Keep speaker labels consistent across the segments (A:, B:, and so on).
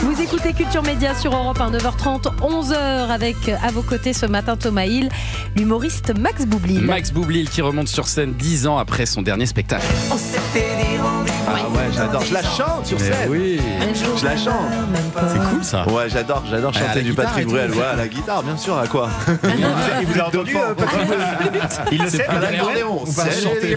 A: Vous écoutez Culture Média sur Europe 1, 9h30, 11h avec à vos côtés ce matin Thomas Hill, l'humoriste Max Boublil.
B: Max Boublil qui remonte sur scène 10 ans après son dernier spectacle.
C: On s'était dit rendez-vous.
D: Ah ouais, j'adore. Je la chante sur
B: Mais
D: scène.
B: oui,
D: Je la chante.
B: c'est cool ça.
D: Ouais, j'adore, j'adore
B: À la
D: chanter du
B: guitare et
D: Patrick
B: tout.
D: Bruel. Ouais, à la guitare, bien sûr, à quoi
E: Il vous l'a entendu, euh, Patrick
D: Ah.
E: Il le sait,
D: À
E: Patrick Bruel
D: l'accordéon.
E: Ou pas
D: C'est-
E: chanter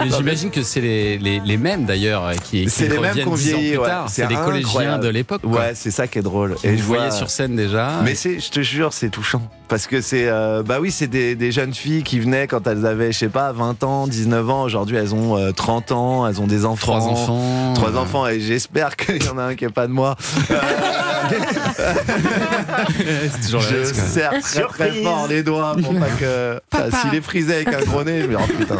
B: Mais J'imagine que c'est les, les, les mêmes d'ailleurs euh, qui, qui
D: C'est les mêmes
B: reviennent
D: qu'on
B: 10 ans
D: vieillit.
B: plus
D: ouais.
B: tard. C'est des
D: incroyable.
B: collégiens de l'époque. quoi.
D: Ouais, c'est ça qui est drôle.
B: Qui vous
D: je vois-
B: voyez sur scène déjà.
D: Mais c'est, je te jure, c'est touchant. Parce que c'est, euh, bah oui, c'est des, des jeunes filles qui venaient quand elles avaient, je sais pas, 20 ans, 19 ans. Aujourd'hui, elles ont euh, 30 ans, elles ont des enfants.
B: trois enfants.
D: Trois enfants, et j'espère qu'il y en a un qui est pas de moi.
B: C'est toujours le
D: Je
B: risque.
D: serre très, très
E: Surprise.
D: fort les doigts pour pas que. Enfin, S'il est frisé avec un gros nez, je vais dire, oh, putain.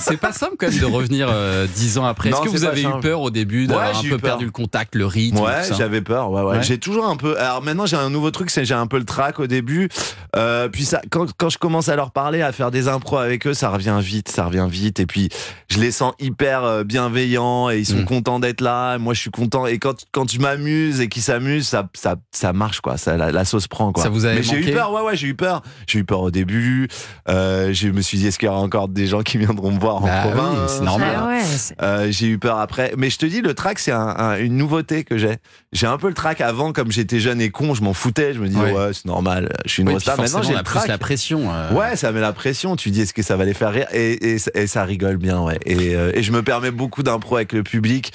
B: C'est pas simple quand même de revenir euh, dix ans après.
D: Non,
B: Est-ce que vous
D: c'est pas
B: avez eu
D: simple.
B: peur au début d'avoir
D: Ouais,
B: un
D: j'ai eu
B: peu
D: peur.
B: perdu le contact, le rythme
D: Ouais,
B: tout ça
D: j'avais peur. Ouais, ouais.
B: Ouais.
D: J'ai toujours un peu. Alors maintenant, j'ai un nouveau truc, c'est j'ai un peu le trac au début. Euh, puis ça, quand, quand je commence à leur parler, à faire des impros avec eux, ça revient vite, ça revient vite. Et puis je les sens hyper euh, bienveillants et ils sont
B: Mm.
D: contents d'être là. Et moi, je suis content. Et quand quand je m'amuse et qu'ils s'amusent, ça, ça ça marche quoi. Ça la, la sauce prend quoi.
B: Ça vous avait
D: Mais j'ai
B: manqué
D: eu peur. Ouais, ouais, j'ai eu peur. J'ai eu peur au début. Euh, je me suis dit, est-ce qu'il y aura encore des gens qui viendront me voir en
B: Bah oui,
D: province
B: c'est normal.
A: Ah ouais, c'est-
D: euh, j'ai eu peur après. Mais je te dis, le track, c'est un- un- une nouveauté que j'ai. J'ai un peu le track avant, comme j'étais jeune et con, je m'en foutais. Je me disais,
B: Ouais.
D: ouais, c'est normal, je suis une
B: Oui, puis
D: resta. Maintenant,
B: forcément,
D: j'ai
B: on
D: le
B: a plus
D: track.
B: la pression. euh.
D: Ouais, ça met la pression. Tu dis, est-ce que ça va les faire rire et, et- et ça rigole bien, ouais. Et, euh, et je me permets beaucoup d'impro avec le public.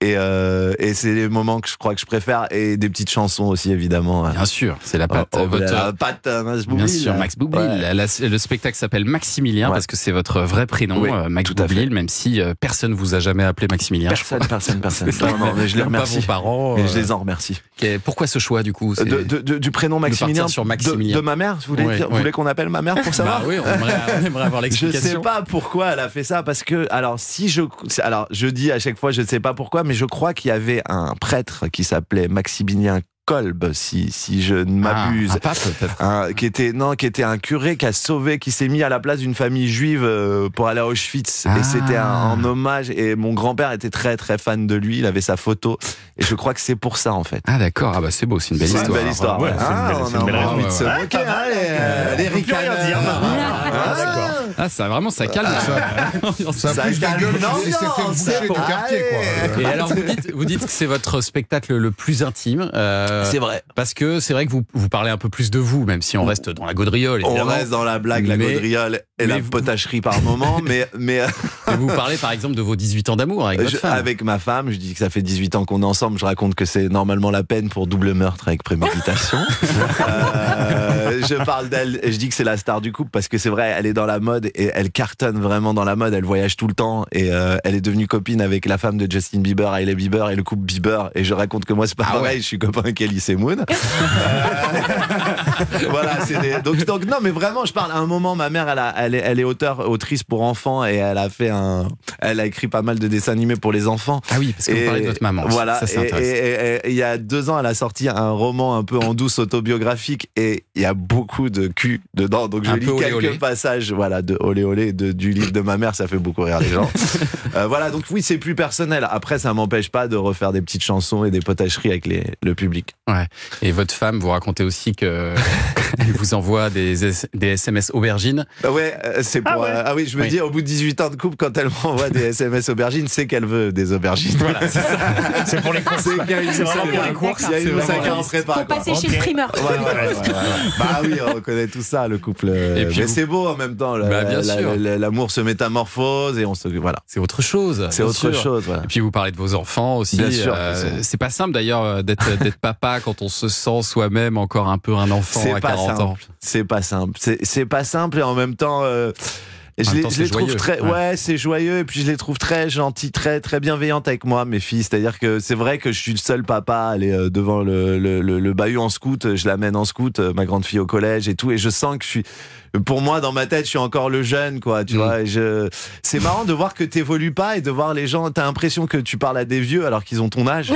D: Et, euh, et c'est les moments que je crois que je préfère. Et des petites chansons aussi, évidemment.
B: Bien sûr, c'est la
D: Oh,
B: patte.
D: oh,
B: votre-
D: la patte, hein, je
B: Bien
D: m'oublie,
B: sûr,
D: là.
B: Max Boublil.
D: Ouais.
B: La- la- le spectacle s'appelle Maximilien
D: Ouais.
B: parce que c'est votre vrai prénom,
D: Oui,
B: euh, Max
D: tout à fait.
B: Boublil, même si euh, personne vous a jamais appelé Maximilien.
D: Personne, personne, personne.
B: C'est ça.
D: Non, non, mais je les
B: Même pas vos
D: remercie.
B: parents.
D: Et
B: euh,
D: je les en remercie.
B: qu'est- Pourquoi ce choix du coup c'est-
D: Euh, De- de- de- du prénom Maximilien,
B: partir sur Maximilien.
D: De, de ma mère vous voulez,
B: Ouais,
D: dire- vous
B: ouais.
D: voulez qu'on appelle ma mère pour
B: Bah
D: savoir
B: oui, on aimerait, on aimerait avoir
D: Je
B: l'explication.
D: sais pas pourquoi elle a fait ça parce que alors si je alors je dis à chaque fois je ne sais pas pourquoi mais je crois qu'il y avait un prêtre qui s'appelait Maximilien Kolb si si je ne
B: Ah,
D: m'abuse
B: un pape, peut-être.
D: un- Ah, qui était non, qui était un curé qui a sauvé, qui s'est mis à la place d'une famille juive euh, pour aller à Auschwitz.
B: Ah.
D: Et c'était un, un hommage. Et mon grand-père était très très fan de lui. Il avait sa photo. Et je crois que c'est pour ça en fait.
B: Ah d'accord, ah bah c'est beau, c'est une belle
D: C'est
B: histoire.
D: une belle histoire.
E: Ouais,
D: ouais.
E: c'est une
D: Ah,
E: belle-
D: on
E: c'est
D: a
E: une belle
D: envie
B: raison.
D: de se
E: Ouais,
D: moquer,
E: pas
D: hein, les, les
E: On peut plus rien
D: ricanes.
E: dire maintenant.
D: Ah,
E: D'accord.
B: Ah ça vraiment ça calme ça.
F: Ça a
D: Ça
F: plus la
D: calme
F: gueule
D: l'ambiance,
F: des certaines
D: ça.
F: bouchées du quartier, quoi.
B: Et alors vous dites, vous dites que c'est votre spectacle le plus intime euh,
D: C'est vrai.
B: parce que c'est vrai que vous vous parlez un peu plus de vous même si on reste dans la gaudriole
D: On
B: évidemment.
D: reste dans la blague, la
B: Mais-
D: gaudriole et la
B: mais vous-
D: potacherie par moment, mais, mais euh,
B: Et vous parlez par exemple de vos 18 ans d'amour avec votre
D: je-
B: femme.
D: avec ma femme, je dis que ça fait 18 ans qu'on est ensemble, je raconte que c'est normalement la peine pour double meurtre avec préméditation. Euh, je parle d'elle, et je dis que c'est la star du couple parce que c'est vrai, elle est dans la mode et elle cartonne vraiment dans la mode, elle voyage tout le temps et euh, elle est devenue copine avec la femme de Justin Bieber, Hailey Bieber et le couple Bieber. Et je raconte que moi c'est pas
B: Ah ouais.
D: pareil, je suis copain avec Elise Moon. voilà, c'est des- donc, donc non, mais vraiment, je parle. À un moment, ma mère, elle, a- elle est, elle est auteur, autrice pour enfants et elle a fait un, elle a écrit pas mal de dessins animés pour les enfants.
B: Ah oui, parce que vous
D: Et
B: parlez de votre maman.
D: Voilà.
B: ça c'est
D: et,
B: intéressant.
D: et- et- et il y a deux ans, elle a sorti un roman un peu en douce autobiographique et il y a beaucoup de cul dedans. Donc je
B: Un
D: lis
B: peu olé,
D: quelques
B: olé.
D: passages, voilà, de olé olé de, du livre de ma mère. Ça fait beaucoup rire les gens. Euh, voilà. Donc oui, c'est plus personnel. Après, ça m'empêche pas de refaire des petites chansons et des potacheries avec les, le public.
B: Et votre femme, vous racontez aussi que elle vous envoie des, S- des SMS aubergines.
D: Bah Ouais, euh, c'est pour. euh,
E: Ah
D: Ah,
E: ouais.
D: oui, je me
B: Oui.
D: dis, au bout de 18 ans de couple, quand elle m'envoie des SMS aubergines, c'est qu'elle veut des aubergines.
B: Voilà, c'est ça.
E: C'est pour les courses.
D: C'est qu'il y a une
E: C'est vraiment
D: sac-
E: pour les courses.
D: Il y a
E: C'est
D: une
E: vraiment
D: sac à
E: la
D: en
E: liste.
D: prépa,
A: Pour
D: quoi.
A: passer chez le
E: Ok.
A: primeur.
D: Ouais, ouais, ouais, ouais, ouais. Bah oui, on connaît tout ça, le couple. euh,
B: Et puis
D: mais
B: vous-
D: c'est beau en même temps. le-
B: Bah, bien
D: la-
B: sûr.
D: la- L'amour se métamorphose et on se. Voilà.
B: C'est autre chose.
D: C'est
B: Bah, bien
D: autre
B: sûr.
D: chose. Voilà.
B: Et puis vous parlez de vos enfants aussi.
D: Bien sûr,
B: Euh,
D: c'est-
B: c'est pas simple d'ailleurs euh, d'être d'être papa quand on se sent soi-même encore un peu un enfant
D: C'est
B: à
D: pas
B: 40 ans.
D: C'est pas simple. C'est- C'est pas simple et en même temps. euh, je
B: même
D: les,
B: temps,
D: je
B: c'est
D: les trouve
B: joyeux.
D: très,
B: Ouais.
D: ouais, c'est joyeux et puis je les trouve très gentils, très très bienveillantes avec moi, mes filles. C'est-à-dire que c'est vrai que je suis le seul papa à aller euh, devant euh, le, le, le, le bahut en scout. Je l'amène en scout, euh, ma grande fille au collège et tout, et je sens que je suis, pour moi, dans ma tête, je suis encore le jeune, quoi. Tu
B: Mm.
D: vois, et je... c'est marrant de voir que t'évolues pas et de voir les gens. T'as l'impression que tu parles à des vieux alors qu'ils ont ton âge.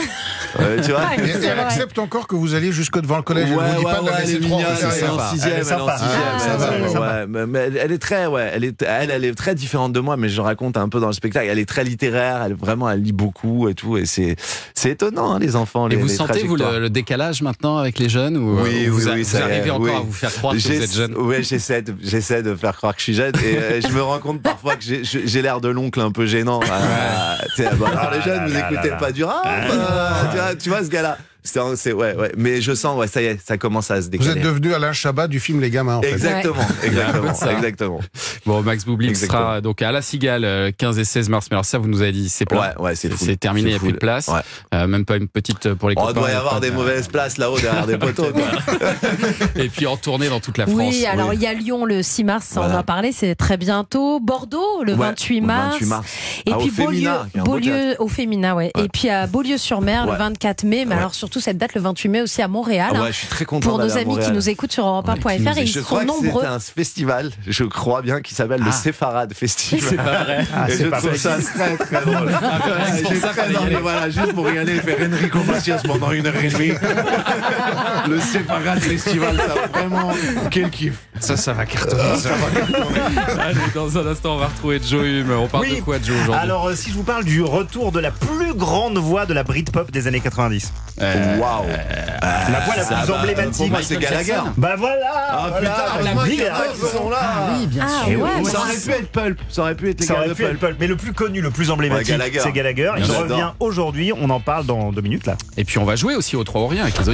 D: Euh, tu vois.
A: Ah,
F: Et
A: C'est
F: elle
A: vrai.
F: accepte encore que vous alliez jusque devant le collège. elle
D: Ouais,
F: vous dit
D: ouais,
F: pas de la
D: ouais, elle est
F: laisser trois
D: mignonne,
F: en
D: elle est en
F: arrière.
D: sixième,
E: Elle est
D: elle est en
E: sympa.
D: sixième,
A: Ah,
D: elle est en
A: ça va,
D: sixième,
A: elle est
F: sympa.
D: ouais, mais- mais elle- elle est très, ouais, elle est, elle, elle est très différente de moi, mais je raconte un peu dans le spectacle. Elle est très littéraire, elle vraiment, elle lit beaucoup et tout, et c'est, c'est étonnant hein, les enfants.
B: Et
D: les,
B: vous
D: les
B: sentez, vous,
D: trajectoires.
B: le, le décalage maintenant avec les jeunes ou,
D: Oui,
B: ou
D: oui,
B: vous,
D: oui,
B: vous
D: ça y est,
B: arrivez encore
D: oui.
B: à vous faire croire que vous
D: J'essa-
B: êtes jeune
D: Ouais, j'essaie de, j'essaie de faire croire que je suis jeune et euh, je me rends compte parfois que j'ai- je- j'ai l'air de l'oncle un peu gênant. Ah, tu sais, bah, alors les
E: Ah
D: jeunes,
E: là
D: vous
E: là
D: écoutez
E: là
D: pas du rap. euh, tu, vois, tu vois ce gars-là. C'est, un- c'est- ouais, ouais. Mais je sens, ouais, ça y est, ça commence à se
F: Vous êtes
D: décaler.
F: devenu Alain Chabat du film Les Gamins, en fait.
D: Exactement,
B: peu de
D: exactement,
B: ça.
D: exactement.
B: Bon, Max Boublil
D: Exactement.
B: sera donc à La Cigale euh, 15 et 16 mars. Mais alors ça, vous nous avez dit, c'est plein.
D: Ouais, ouais, c'est
B: C'est
D: full.
B: terminé, il n'y a
D: C'est
B: plus de
D: full.
B: place.
D: Ouais.
B: Euh, même pas une petite pour les
D: Oh,
B: copains.
D: il doit y
B: pas
D: avoir des
B: de-
D: mauvaises places là-haut derrière des poteaux. quoi.
B: Et puis en tournée dans toute la France.
A: Oui, alors il y a Lyon le 6 mars, ça, on
D: Voilà.
A: en parlait, c'est très bientôt. Bordeaux le
D: Ouais,
A: 28 mars.
D: 28 mars.
A: Et
D: Ah, au
A: puis Beaulieu,
D: Fémina, qui est un beau
A: Beaulieu au Fémina, ouais.
D: Ouais.
A: Et puis à Beaulieu-sur-Mer le
D: Ouais.
A: 24 mai, mais
D: Ouais.
A: alors surtout cette date le 28 mai aussi à Montréal.
D: Ah
A: hein,
D: ouais, je suis très content.
A: pour
D: d'aller
A: nos
D: à
A: amis qui
D: Montréal.
A: nous écoutent sur Europe 1.fr
B: Ouais, qui nous-
A: et ils
D: je
A: sont
D: crois que c'est
A: nombreux.
D: un festival, je crois bien, qui s'appelle le
B: Ah.
D: Séfarade Festival.
B: pas vrai.
D: Et je trouve ça très très drôle.
B: c'est pour
D: J'ai
B: ça
D: très
B: qu'il fallait y
D: envie,
B: aller.
D: voilà, juste pour y aller faire Enrico Macias pendant une heure et demie. Le Séfarade Festival, ça va vraiment. Quel kiff.
B: Ça, ça va cartonner. Allez, dans un instant, on va retrouver Joe Hume. On parle
E: Oui.
B: de quoi, Joe, aujourd'hui
E: Alors, euh, si je vous parle du retour de la plus grande voix de la Britpop des années 90,
D: Waouh.
E: la voix la
D: Ah
E: plus
D: bah, Pour
E: emblématique.
D: moi, c'est Gallagher.
E: Bah voilà,
D: Ah
E: voilà,
D: putain,
E: la
D: heureusement qu'il y en
E: Britpop.
D: a qui sont là.
A: Ah
E: sûr.
A: ouais,
E: Oui,
A: mais
D: Ça
A: c'est-
D: aurait pu être Pulp. Ça aurait pu être les
E: Ça
D: gars
E: aurait
D: de
E: pu être
D: Pulp.
E: Pulp, mais le plus connu, le plus emblématique,
D: Ouais, Gallagher.
E: c'est Gallagher. Et je
D: J'adore.
E: reviens aujourd'hui, on en parle dans deux minutes là.
B: Et puis, on va jouer aussi au 3 ou rien avec les